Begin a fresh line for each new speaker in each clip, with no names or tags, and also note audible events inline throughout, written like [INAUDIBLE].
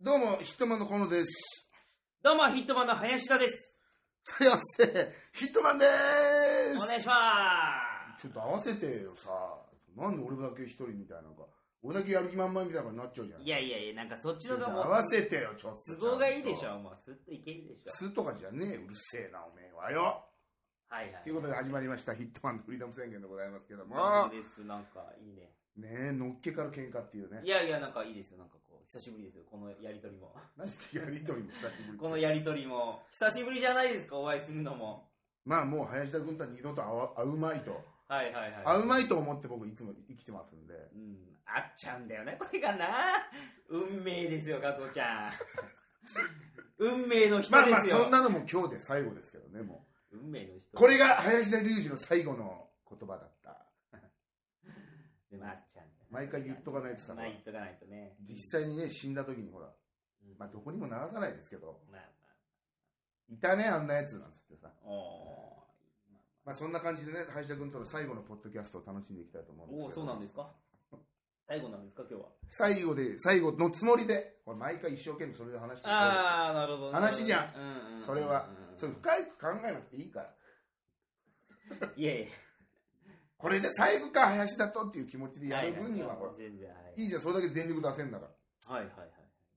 どうも、ヒットマンの河野です。
どうも、ヒットマンの林田です。
というわけで、ヒットマンで
お
ー
願いします。
すちょっと合わせてよさ、なんで俺だけ一人みたいなのか、俺だけやる気満々みたいなのになっちゃうじゃん。
いやいやいや、なんかそっち
ちょ
の
っと
が
合
も
わ
う、
せてよ、ちょっと。
都合がいいでし
ちゃん
ょ。もう、スッといけるでしょ
と。。すとかじゃねえよ、うるせえな、おめえはよ。
はいはい。
ということで始まりました、ヒットマンのフリーダム宣言でございますけども、
いいです。なんか、いいね。
ねえ、のっけから喧嘩っていうね
い、やいや、なんかいいですよ。なんかこう、久しぶりですよ。このやりとりも。
何やりとりも久しぶり
このやりとりも。久しぶりじゃないですか、お会いするのも。
まあもう林田君とは二度と会わ会うまいと、
はいはいはい。
会うまいと思って僕いつも生きてますんで、
うん、あっちゃうんだよね、これがな。運命ですよ、加藤ちゃん。運命の人
まあ
で
まあ
すよ。
そんなのも今日で最後ですけどね、もう。
運命の人。
これが林田隆二の最後の言葉だった。
でもあっちゃうんだよね
毎回言っとかないとさ
まあ言っとかないとね。
実際にね、死んだ時にほら、
うん
まあ、どこにも流さないですけど、
まあ
いたね、あんなやつなんつってさ。
まあ。お
まあ、そんな感じでね、林田君との最後のポッドキャストを楽しんでいきたいと思うん
ー
です
おー、
けど。
そうなんですか最後なんですか、今日は。
最後で、最後のつもりで、これ毎回一生懸命それで話してる
ああ、なるほどね。
話じゃん
うんうんうん。
それは
うんうん
それ深く考えなくていいから。
いえい
これで最後か、林田とっていう気持ちで
え。
やる分には、ほら、
全然、はい
いじゃん、それだけ全力出せんだから。
はいはいはい。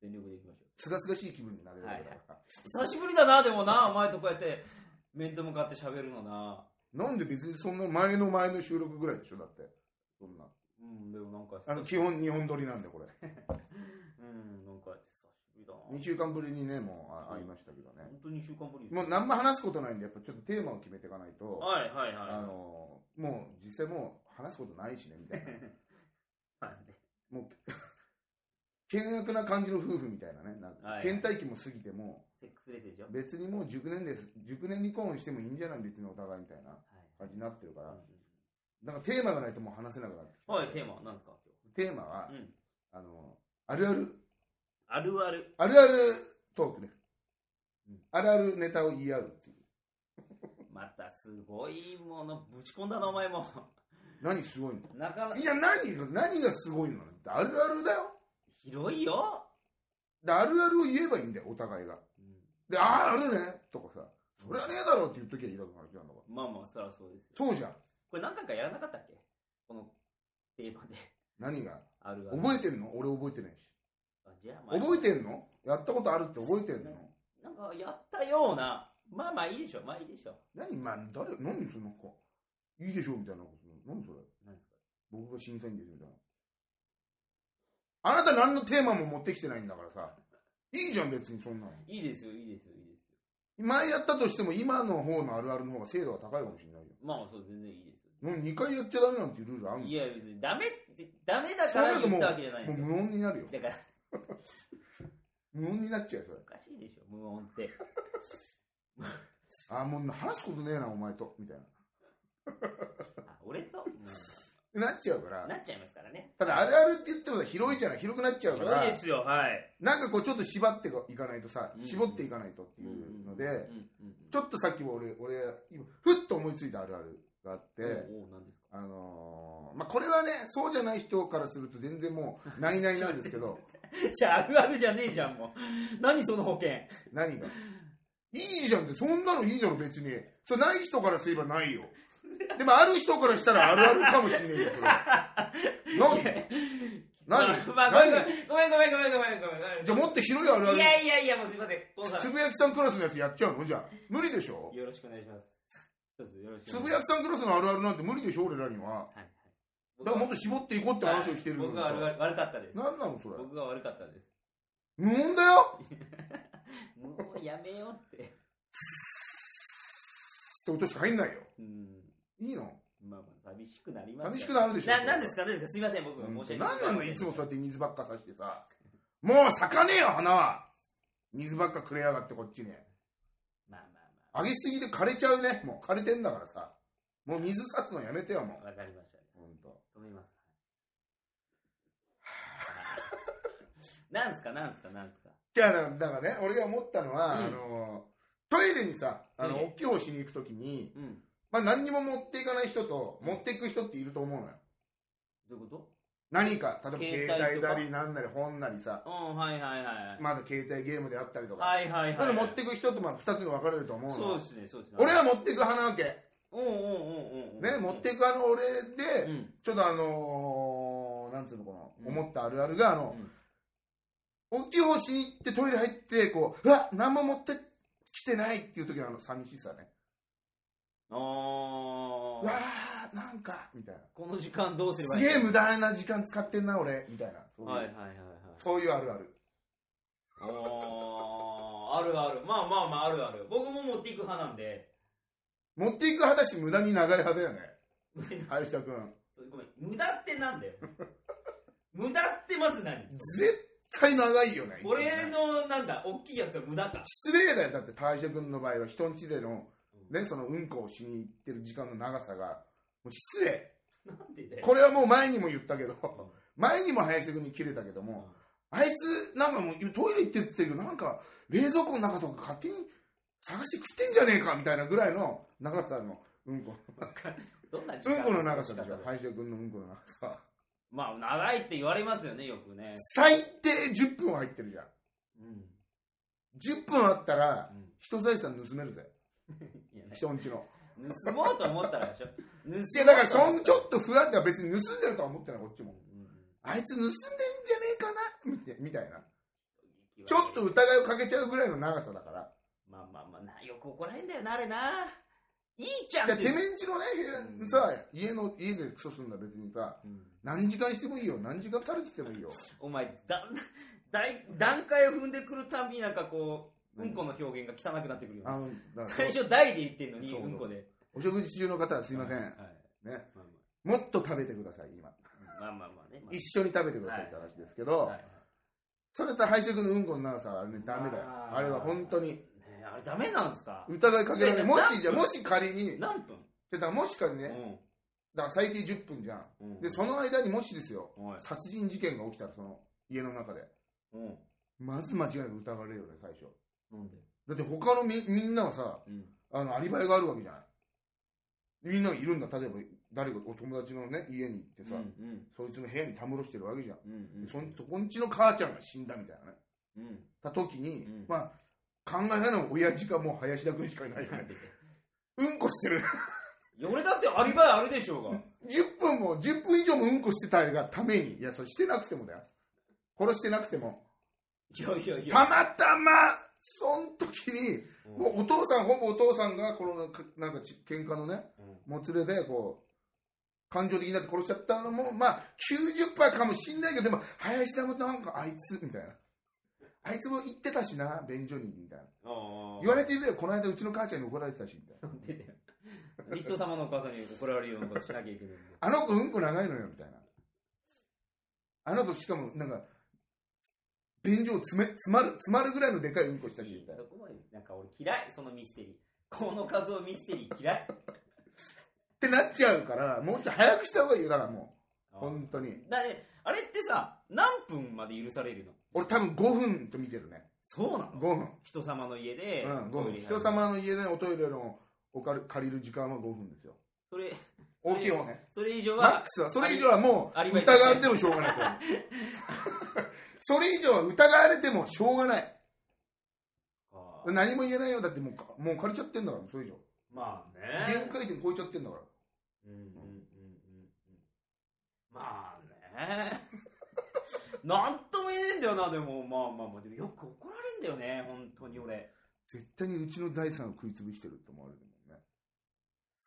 全力でいきましょ
すがすがしい気分になれるわけだから。
う。久しぶりだな、でもな、お前とこうやって、面と向かって喋るのな。
なんで別にそんな前の前の収録ぐらいでしょ、だって。そんな。
うん、でもなんか
あの基本日本撮りなんでこれ
うん、なんか久しぶりだな。
2週間ぶりにねもうあ会いましたけどね
本当に2週間ぶりです
もう何も話すことないんでやっぱちょっとテーマを決めていかないと
はいはいはい。
あのもう実際もう話すことないしねみたいな
[LAUGHS] まあね
もう険悪な感じの夫婦みたいなねなんか
はい
倦怠期も過ぎても
セックスレスでしょ
別にもう熟年です熟年離婚してもいいんじゃない別にお互いみたいな感じになってるからなんかテーマがないともう話せなくなってきて
はい、はい、テーマは何ですか
テーマは
今日。うん。
あのあるある
あるある。
あるあるトークね
うん
あるあるネタを言い合うっていう
またすごいものぶち込んだな、お前も。
何すごいの
なかなか
いや、何が、何がすごいのあるあるだよ。
広いよ。
で、あるあるを言えばいいんだよ、お互いが。で、ああ、あるね、とかさ、それはねえだろって言っときゃいいだけの話なんだから。
まあまあ、そりゃそうですよ。
そうじゃん。
これ何回かやらなかったっけこのテーマで。
何が。
あるある。
覚え
て
てんの俺覚えてないし。
じゃあ、まあ、
覚えてんのやったことあるって覚えてんの
なんかやったような。まあまあいいでしょ、まあいいでしょ。
何まあ、誰、何その子。いいでしょみたいなこと。何それ。
なんですか
僕が審査員ですみたいな。あなた何のテーマも持ってきてないんだからさ。いいじゃん、別にそんなの。
いいですよ、いいですよ、いいですよ。
前やったとしても、今の方のあるあるの方が精度が高いかもしれないよ。
まあまあ、そう、全然いいですよ。
もう2回やっちゃダメなんていうルールあるの
いや、別にダメって、ダメだから言ったわけじゃないん
もう
ですよ。
無音になるよ。
だから、
無音になっちゃうよ、
おかしいでしょ、無音って。
それ。あー、もう話すことねえな、お前と。みたいな。
あ俺と、う
なっちゃうか
ん
ら。
なっちゃいますからね。
ただ、あるあるって言ってもさ広いじゃない、広くなっちゃうか
広い
ら
で、すよ、はい。
なんかこう、ちょっと縛っていかないとさ、
うん
絞っていかないとっていうの
うん
で、
うん
ちょっとさっきも俺、俺、今、ふっと思いついたあるあるがあっ
うん
て、
おうおう何ですか
あのーまあ、これはね、そうじゃない人からすると全然もう、ないないなんですけ
[LAUGHS]
ど、
じゃあ、あるあるじゃねえじゃん、もう。何その保険。
何がいいじゃんって、そんなのいいだろ、別に。それない人からすればないよ。でも、ある人からしたらあるあるかもし
[LAUGHS]
れないよ、それ。なんで
まあまあ、ごめん
何
ごめんごめんごめんごめんごめんごめん。
じゃあ、もっと広いあるあ
い
る。
やいやいや、もうすいません。父さ
つぶやきさんクラスのやつやっちゃうのじゃあ。無理でしょ
ん、よろしくお願いします。一つよろしく
つ
お
ぶ
願いしま
やきさんクラスのあるあるなんて無理でしょ、俺らには。
す。はいはい
だからもっと絞っていこうって話をしてるのに
僕が悪
さ。
か悪かったです。
何なの、それ。
僕が悪かったです。
無音だよ
もうやめようって。
って音しか入んないよ。
うん。
いいの
まあまあ、寂しくなります。
寂しくなるでしょ。
な、なんですか、なんですか、すいません、僕が
うん
申し訳
何なのいつもそうや
う。
って水ばっかさしてさ。もう咲かねえよ、花は水ばっかくれやがって、こっちに。
まあまあ
上げすぎで枯れちゃうね。もう枯れてんだからさ。もう水さすのやめてよ、も
まあ。わかりました。
う。ほんと。
止めます。なんすか、なんすか、なんすか。
じゃあ、だからね、俺が思ったのは、
うん
あの、トイレにさ、あ
トイ
の、
レ
大きい方しに行くときに、
うん。
まあ何にも持っていかない人と、持っていく人っていると思うのよ。
どういうこと
何か、例えば携
携帯
帯
とか
なりなんなり本なりさ、
うん、はいはいはい。
まだ携帯ゲームであったりとか。
はいはいはい。
なので持っていく人とまあ2つに分かれると思うの。
そうですね、そうですね。
俺は持っていく派なわけ。
うんうんうんうん。
ね、持っていくあの俺で、
うん。
ちょっとあのー、なんつうのかな、
うん
思ったあるあるが、あの、
うん
大きい方しに行ってトイレ入って、こう、うわ何も持ってきてないっていう時のあの寂しさね。
あ
うわ
ー。
ー、なんか、みたいな。
この時間どうすれば
す
いい
げえ無駄な時間使ってんな、俺、みたいな。そういう,、
はいはいはいはい。
そういうあるある。
あー、あるある。まあまあまあ、あるある。僕も持っていく派なんで。
持っていく派だし、無駄に長い派だよね。林田君。
ごめん、無駄ってなんだよ。無駄ってまず何
絶対長いよね。
俺の、なんだ、大きいやつは無駄か。
失礼だよ。だって、大社君の場合は、人ん家での、ね、その、うんこをしに行ってる時間の長さが、もう失礼。
なんでだよ。
これはもう前にも言ったけど、 [LAUGHS]
うん
前にも林君に切れたけども、あいつ、なんかもうトイレ行ってるって言ってるけど、なんか冷蔵庫の中とか勝手に探して食ってんじゃねえかみたいなぐらいの長さのうんこ。
どんな時
う
間
んこの長さでし
過
ょ
ご、し方だ
林君のうんこの長さ。
まあ、長いって言われますよね、よくね。
最低10分は入ってるじゃん。
うん。
10分あったら、
うん
人財産盗めるぜ。
いやね
人んちの。
盗もうと思ったらでしょ。盗もう
いや、だから
と
そ
思
ん
っ
ち
た
ょっと不安っては別に盗んでるとは思ってない、こっちも。
うん
あいつ盗んでんじゃねえかなみたいみたいな。
うん
ちょっと疑いをかけちゃうぐらいの長さだから。
まあまあまあな、よく怒られんだよな、あれな。いいじゃん
じゃあ、
って
てめんちのね、部屋
うん
さ、家の、家でクソすんだ別にさ、
うん
何時間してもいいよ。何時間垂れててもいいよ。
お前、だん、だい、段階を踏んでくるたんびになんかこう、うんこの表現が汚くなってくるよね
あの、だから
最初大で言ってんのに、
そう
うんこで。
お食事中の方はす
す
いません。
はい。
ね。
まあ
もっと食べてください、今。
まあまあまあまあね。まあ
一緒に食べてくださいって話ですけど、
はい
それと配色のうんこの長さはあれね、ダメだよ
ま。
あれは本当に。
ねあれダメなんですか
疑いかけられない。
いやい
も
や
し、じゃあもし仮に、
何分
だからもし仮に
う
ね、
ん
だから最低10分じゃん。
うん。
で、その間にもしですよ、
おい
殺人事件が起きたら、その、家の中で。
うん。
まず間違いなく疑われるよね、最初。
なんで
だって他のみみんなはさ、
うん。
あの、アリバイがあるわけじゃない。みんながいるんだ。例えば、誰かお友達のね、家に行って
う
さ、
ん。
そいつの部屋にたむろしてるわけじゃん。
うん。うん。うん
そんそこんちの母ちゃんが死んだみたいなね。
うん。
た時に、
うん
まあ、考えないのは親父かもう林田君しかいないよ
な
ね
ん。で
うんこしてる。 [LAUGHS]
いや俺だってアリバイあるでしょうが。
10分も、10分以上もうんこしてたがために、いや、それしてなくてもだよ。殺してなくても。
いやいやいや。
たまたま、そん時に、
うん
もうお父さん、ほぼお父さんが、この、なんか、ち喧嘩のね、
うん
もつれで、こう、感情的になって殺しちゃったのも、まあ、90%かもしんないけど、でも、林田もなんか、あいつ、みたいな。あいつも言ってたしな、便所に、みたいな。
ああ
言われてみれば、この間うちの母ちゃんに怒られてたし、みたい
[LAUGHS]
な。
なんでだよ。リスト様のお母さんに怒られるようなことしなきゃいけないんだよ。
あの子うんこ長いのよ、みたいな。あの子しかも、なんか、便所を詰め、詰まる、詰まるぐらいのでかいうんこしたし、みたいな
そ。こまで、なんか俺嫌い、そのミステリー。この数をミステリー嫌い。
ってなっちゃうから、もうちょい早くした方がいいよ、だからもう。本当に。
だね、あれってさ、何分まで許されるの
俺多分5分と見てるね。
そうな
5
の
分。
人様の家で、
うん、
ト
5
イ
分。
レ
人。様の家でおトイレのお借り借りる時間は5分ですよ。
それ、
大きい方ね。
それ以上
マッ
は
ク、スは、それ以上はも
あり
う
ま
疑われてもしょうがないと思う。 [LAUGHS] それ以上は疑われてもしょうがない。
あー
何も言えないよ。だってもうか、もう借りちゃってんだから、それ以上。
まあ
限
ね。
界点超えちゃってんだから。
うんうんうんうんうん。まあ
[LAUGHS]
ね。なんとも言えねえんだよな、でも、まあまあまあ、でもよく怒られんだよね、本当に俺。
絶対にうちの財産を食い潰してるって思われるもんね。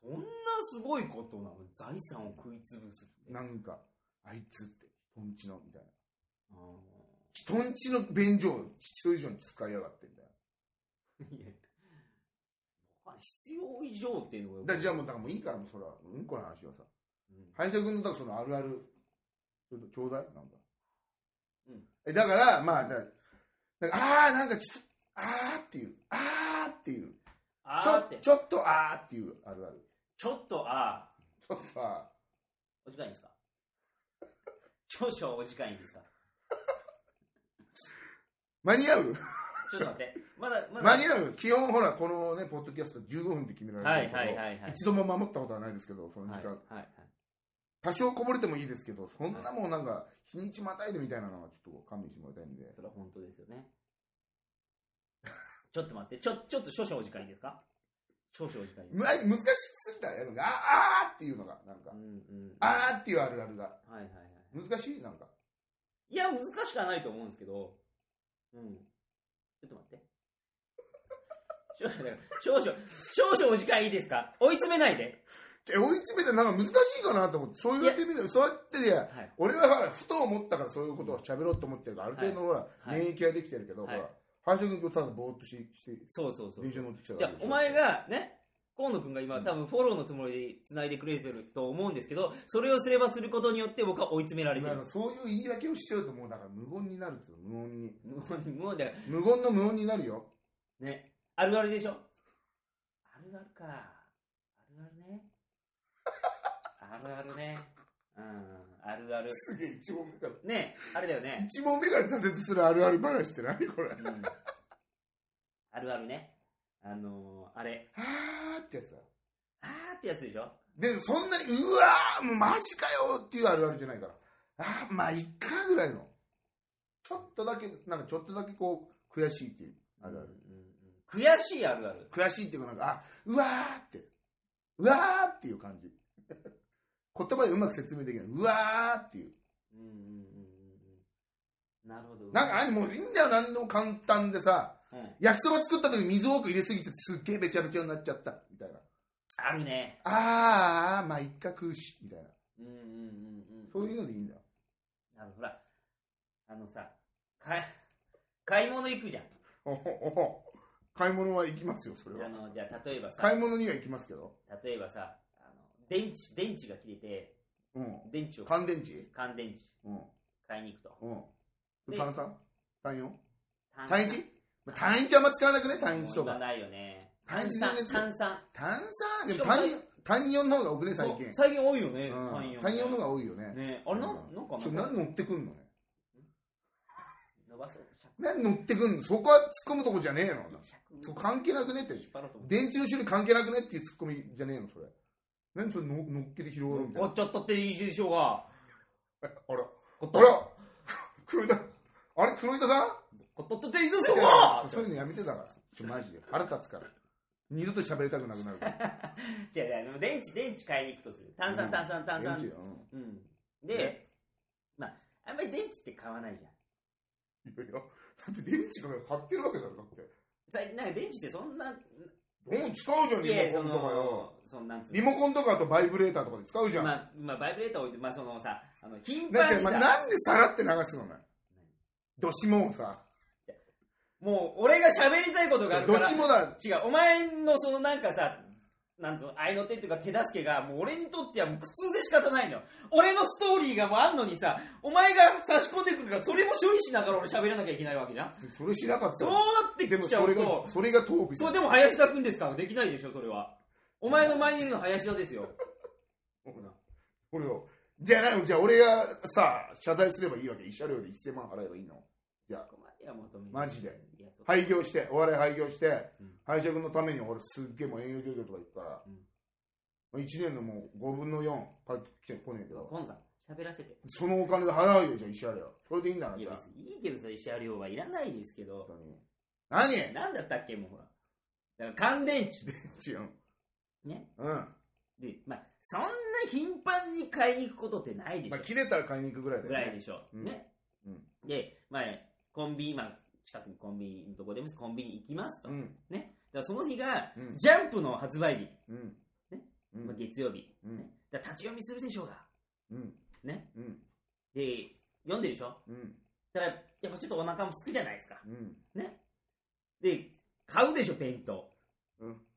そんなすごいことなの財産を食い潰すって。
なんか、あいつって、人んちの、みたいな。
う
人んちの便所を人以上に使いやがって、みたい
んいや必要以上っていうの
な。
が。
だからじゃあもう、だからもういいから、もうそれは、うんこの話はさ。
うん
林田君のだからそのあるあるちょっとちょうだいなんだ、
うん
えだからまあだだからああーなんかちょっとああっていうああっていう
あ
ち
ーって
ょ、ちょっとああっていうあるある
ちょっとあ
ちょっとあ
ー、お時間いいですか少々お時間いいですか
ー間に合う
ちょっと待って。まだ、ま
間
だ。
に合う基本ほらこのねポッドキャスト15分で決めら
は
れ
い
てるけど、
はいはいはい。
一度も守ったことはないですけどその時間、
はいはいはい
多少こぼれてもいいですけど、そんなもうなんか、日にちまたいでみたいなのはちょっと勘弁してもらいたいんで。
それは本当ですよね。 [LAUGHS] ちょっと待って、ちょ、ちょっと少々お時間いいですか少々お時間いいです
む
か
あ難しすぎたね。なんかああーっていうのが、なんか
う、んうん。
あーっていうあるあるが。
はいはいはい。
難しいなんか。
いや、難しくはないと思うんですけど、うん。ちょっと待って。 [LAUGHS] 少々、少々、少々お時間いいですか追い詰めないで。
え追い詰めてなんか難しいかなと思って、そう言ってみたら、そうやってで、
はい。
俺はほら、ふと思ったからそういうことを喋ろうと思ってるから、ある程度ほら、
いはい
免疫はできてるけど、
はい
ほら、林くん今日ただぼーっとしして、
そうそうそう。
電
じ
車乗ってきちゃう
ゃあ、お前
が、
がね、河野くんが今、
うん
多分フォローのつもりで繋いでくれてると思うんですけど、それをすればすることによって僕は追い詰められて
なん
る
か。そういう言い訳をしちゃうと、もうだから無言になるっていうの無言に。
[LAUGHS] もう、もうだか
無言の無音になるよ。
ら、ね、あるあるでしょあるあるか。あるあるね。あるあるね。うん、あるある。
すげえ、一問目から。
ね、あれだよね。
一問目から挫折するあるある話って何これ。 [LAUGHS]
うんあるあるね。あのー、あれ、
あーってやつだ。
あーってやつでしょ
で、そんなに、うわー、もうマジかよっていうあるあるじゃないから。あー、まあ、いっかぐらいの。ちょっとだけ、なんかちょっとだけこう、悔しいっていう。あるある。
うんうんうん悔しいあるある。
悔しいっていうか、なんか、あ、うわーって。うわーっていう感じ。 [LAUGHS] 言葉でうまく説明できない。うわーっていう。
うんうんうんうん。なるほど。
なんか、あれもういいんだよ、なんでも簡単でさ。
うん
焼きそば作った時に水多く入れすぎてすっげーべちゃべちゃになっちゃった。みたいな。
あるね。
あー、まあ、一回食うし。みたいな。
うんうんうんうん。
そういうのでいいんだよ。
なるほど。ほら、あのさ、買い、買い物行くじゃん。
おほおほ買い物は行きますよ、それ
あ
は。
の、じゃあ例えばさ
買い、物には行きますけど。
例えばさ、あの、電池、電池が切れて、
うん。
電池を、
乾電池
乾電池
うん。
買いに行くと。
うん。
で
炭酸単四
単
単一まあ単一あんま使わなくね単
もう
一と
言わ
か。
ないよね。
単一
炭
全然
酸、炭酸。
単三で
し
も
かも
単四単四の方が多くね、最近
そう。最近多いよね、
うん
単四。
単四の方が多いよね。
ねあれ、な
うん
ん、なんか
ちょ、
なんか
何乗ってくんのね。
伸ばそう。尺
何乗ってくんのそこは突っ込むとこじゃねえの。
尺
そう関係なくねって。
引っ張ろうと思って。
電池の種類関係なくねっていう突っ込みじゃねえの、それ。何それの乗っけて広がるみたい
乗
な。
っちゃったっていいでしょうが。
あら、
こ
あ
っと、
ら黒板、あれ黒板さん
こっとっていいでしょう
そ
が
うそういうのやめてだから。ちょ、マジで。腹立つから。二度と喋りたくなくなる
[LAUGHS]
から。
じゃあ、でも電池、電池買いに行くとする。炭
う
酸、
ん
炭酸、炭
電池
酸。
よう
うん。で、まあ、あんまり電池って買わないじゃん。
ん。いやいや、だって電池が買ってるわけだろ、だって。
さなんか電池ってそんな、
どう使うじゃん、
い
リ
や、
モコ
そ
ンとかよ。
の、そのなんつうの
リモコンとかあとバイブレーターとかで使うじゃん。
ま
なん
あ、まあ、バイブレーター置いて、まあ、そのさ、あの、頻
か
繁に
まあ
さ、
なんでさらって流すのね。どしもをさ。
もう、俺が喋りたいことがあるか
ど
ら、
しもだ。
違う、お前のそのなんかさ、なんつうの、愛の手っていうか手助けが、もう俺にとってはもう苦痛で仕方ないのよ。俺のストーリーがもうあんのにさ、お前が差し込んでくるから、それも処理しながら俺喋らなきゃいけないわけじゃん。
それしなかった
そう
ら
なって
で
き
も
ちゃ
そうれが
と、、
それがトークじ
そ
ゃ
れ
ん
でも林田くんですから、できないでしょ、それは。お前の前にいるのは林
[LAUGHS]
田ですよ。
俺を。じゃあ何じゃあ俺がさ、謝罪すればいいわけ。慰謝料で1000万払えばいいの。マジで
いや。そう
廃業して、お笑い廃業して
うん、
廃食のために俺すっげえもう営業業とか行くから
うん、
まあ1年のもう5分の4帰ってきてこねえけど、
コンさん、喋らせて。
そのお金で払うよ、じゃあ慰謝料。それでいいんだな、
い
じ
や
ゃあ。、
別にいいけどさ、石原量はいらないですけど、
本当に何 [LAUGHS]
なんだったっけ、もうほら。だから乾電池。
違う。
ね。
うん。ま
で、まあ、そんな頻繁に買いに行くことってないでしょ。
あ、切れたら買いに行くぐらいだ
ぐらい
よね。
でしょ。
うん
ね、
うん
で、まあ、コンビニ、まあ、近くにコンビニ、どこでもいいですコンビニ行きますと。
う
ね。
ん。
だからその日が、
うん
ジャンプの発売日、
うん。
ね
う
まあ、
ん。
月曜日。
うん
ね、だから立ち読みするでしょうが。
うん。
ね。
うん。
で、読んでるでしょ。
うん。
たら、やっぱちょっとお腹も空くじゃないですか。
うん。
で、買うでしょ、弁当。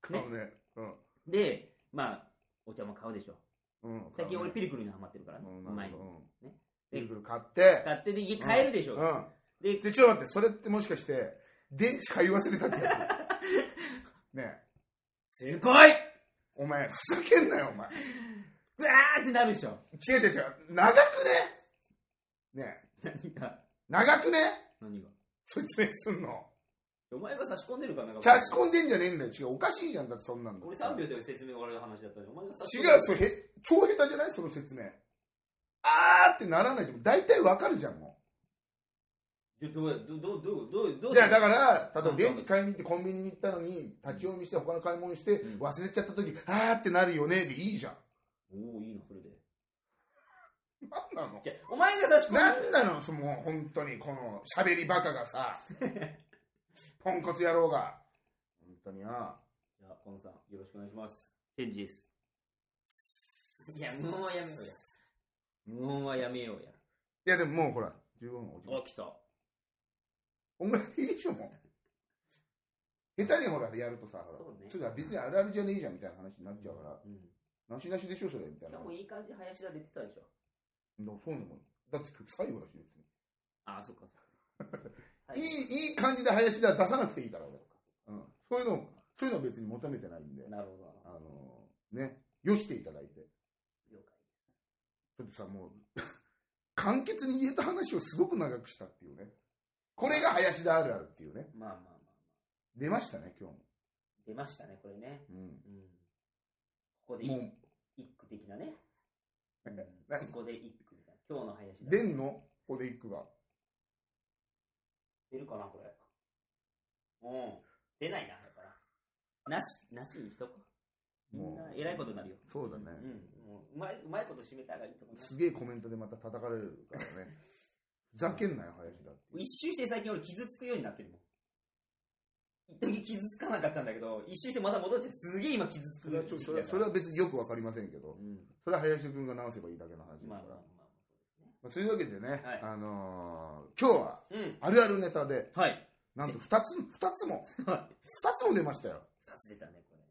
買うね。うん。
で、まあ、お茶も買うでしょ。
うん。
最近俺
ピ
ピリクルにハマってるからね。
うん。な
前
る
に
ほ。どうん
ね
ピルクル買って、
買ってで家帰るでしょ。
うん。
で、
で、ちょっと待って、それってもしかして、電池買い忘れたってやつねえ、
正解
お前、ふざけんなよ、お前。
うわーってなるでしょ。
違う違う違う、長くねねえ、
何が
長くね
何が
説明すんの。
お前が差し込んでるからなん
差し込んでんじゃねえんだよ。違う、おかしいじゃんだって、そんなんだ。
俺3秒で説明が俺の話だったのにお前が差し
違
込ん
う
で、
それ、へ超下手じゃないその説明。あーってならないでも大体わかるじゃんも
どどうどうどうどうどうど
う
う
じゃあだから例えば
うん
レンジ買いに行ってコンビニに行ったのに立ち読みして他の買い物して
うん
忘れちゃった時あーってなるよねでいいじゃん
おおいいなそれで
なんなの
じゃあお前が差し込んで
なんなのそのもう本当にこの喋りバカがさ
[LAUGHS]
ポンコツ野郎が本当にな
じゃあコンさんよろしくお願いしますチェンジですいや無音はやめろや無音はやめようや
いやでももうほら十分落ち
あ来た
こんぐらいでいいでしょもう下手にほらやるとさほら
そうね
ちょっと別にあるあるじゃねえじゃんみたいな話になっちゃうから、
うん
なしなしでしょそれみたいな
今日もいい感じ林田出てたでしょ
でもそうなのだって最後だし別に
ああそっかそっか
いいいい感じで林田出さなくていいから
そ
俺
っ、か
うん、そういうのそういうのは別に求めてないんで
なるほど
あのねよしていただいて
了解
ちょっとさもう [LAUGHS] 簡潔に言えた話をすごく長くしたっていうねこれが林田あるあるっていうね
まあまあまあ
出ましたね今日も、
出ましたねこれね
う
うんここ
ん、
で一
も
句
う
一句的なねうん
何
ここで一句みたいな今日の林田
出んのここでいくが
出るかなこれうん出ないなだからなしなしにしとこうみんな偉いことになるよ
そうだね、
うんもううまいうまいこと締めたらいいと思います
すげえコメントでまた叩かれるから
[LAUGHS]
ねふざけんなよ林田っていう
一周して最近俺傷つくようになってるもん一時傷つかなかったんだけど一周してまた戻っちゃってすげえ今傷つく
いやちょそれはそれは別によくわかりませんけど
うん
それは林君が直せばいいだけの話ですか
ま
ら、
あまあ
ま
ま
あそういうわけでね、
はい
あのー今日は
あうん
あるあるネタで
はい
なんと2つ二つも
は
2つも出ましたよ
2つ出たねこれ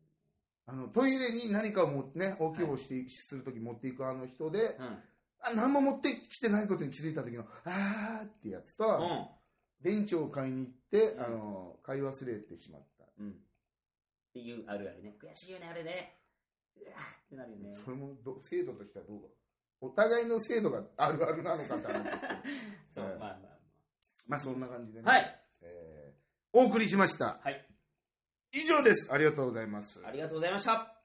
あのトイレに何かをも、ね、大きい方をして、するとき持っていくあの人で
うん
あ何も持ってきてないことに気づいた時のあーってやつと、電池を買いに行って、
うん
あのー買い忘れてしまった
うんうんっていうあるあるね悔しいよねあれねうわーってなるよね
それもど制度としてはどうだお互いの制度があるあるなのかって
[LAUGHS]
話
そう
はい
まあまあ
まあそんな感じでね、
まあはい
えーお送りしました
はい
以上ですありがとうございます
ありがとうございました